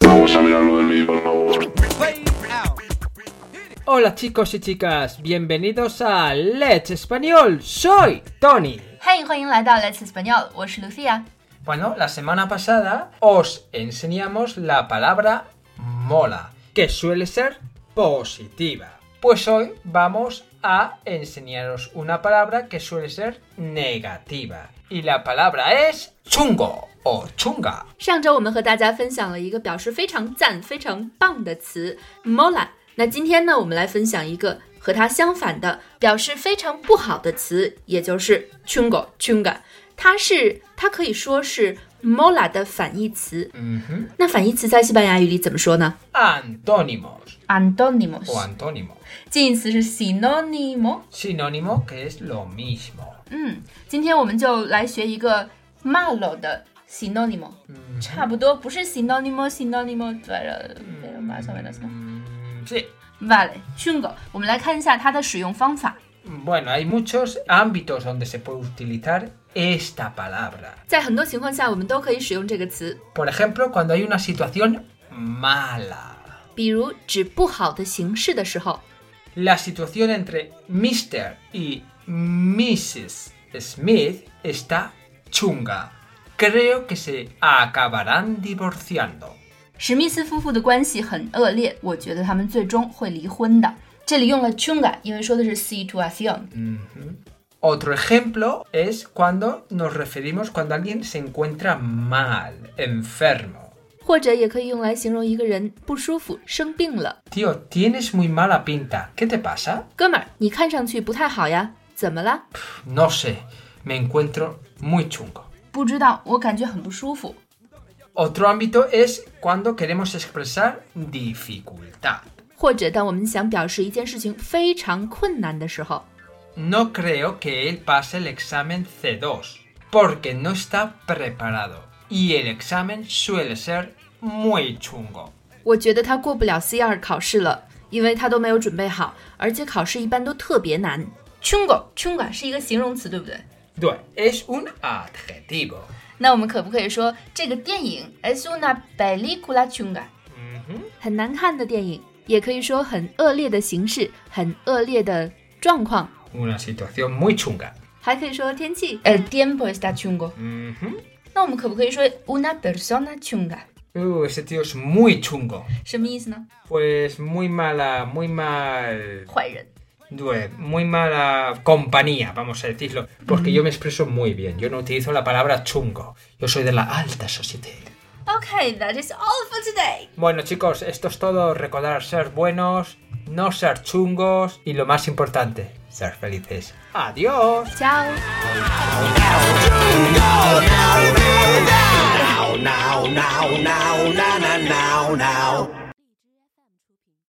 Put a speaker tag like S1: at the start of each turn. S1: Vamos a mirar lo de mí, por favor.
S2: Hola chicos y chicas, bienvenidos a Let's Español. Soy Tony.
S3: Hey，欢迎来到 Let's Español，我是 Lucia。
S2: Bueno, la semana pasada os enseñamos la palabra mola, que suele ser positiva. Pues hoy vamos a enseñaros una palabra que suele ser negativa. Y la palabra es chungo o chunga.
S3: 上周我们和大家分享了一个表示非常赞、非常棒的词 “mola”。那今天呢，我们来分享一个和它相反的、表示非常不好的词，也就是 “chungo chunga”。它是它可以说是 “mola” 的反义词。
S2: Ujú.
S3: 那反义词在西班牙语里怎么说呢
S2: Antónimos o
S3: ？antónimos，
S2: antónimo.
S3: 近义词是 sinónimo。
S2: Sinónimo que es lo mismo.
S3: 嗯，今天我们就来学一个 malo 的 sinónimo，、差不多不是 sinónimo sinónimo，对了，对了，马上
S2: Mm, sí.
S3: vale chungo，我们来看一下它的使用方法。
S2: Bueno, hay muchos ámbitos donde se puede utilizar esta palabra.
S3: 在很多情况下，我们都可以使用这个词，
S2: Por ejemplo, cuando hay una situación mala.
S3: 比如指不好的形式的时候，
S2: La situación entre Mr. y Mrs. Smith está chunga. Creo que se acabarán divorciando.
S3: 史密斯夫妇的关系很恶劣，我觉得他们最终会离婚的。这里用了 chunga，因为说的是啊 situación。
S2: Otro ejemplo es cuando nos referimos cuando alguien se encuentra mal, enfermo.
S3: 或者也可以用来形容一个人不舒服、生病了。
S2: Tío, tienes muy mala pinta. ¿Qué te pasa?
S3: 哥们儿，你看上去不太好呀，怎么了？
S2: No sé, me encuentro muy chungo.
S3: 不知道，我感觉很不舒服。
S2: Otro ámbito es cuando queremos expresar dificultad.
S3: 或者当我们想表示一件事情非常困难的时候，
S2: No creo que él pase el examen C2 porque no está preparado y el examen suele ser muy chungo.
S3: 我觉得他过不了 C 二考试了，因为他都没有准备好，而且考试一般都特别难。chungo chunga 是一个形容词，对不对？
S2: Due, Es un adjetivo.
S3: 那我们可不可以说这个电影 es una película chunga？很难看的电影，也可以说很恶劣的形式，很恶劣的状况，
S2: Una situación muy chunga.
S3: 还可以说天气。El tiempo está chungo。那我们可不可以说 una persona chunga？
S2: Uh, ese tío es muy chungo.
S3: 什么意思呢？
S2: Pues muy mala, muy mal.
S3: 坏人。
S2: Due, muy mala compañía, vamos a decirlo. Porque yo me expreso muy bien. Yo no utilizo la palabra chungo. Yo soy de la alta sociedad.
S3: Okay, that is all for today.
S2: Bueno, chicos, esto es todo. Recordar ser buenos, no ser chungos y lo más importante, ser felices. ¡Adiós!
S3: Ciao.
S4: now, now, now, now, now, now.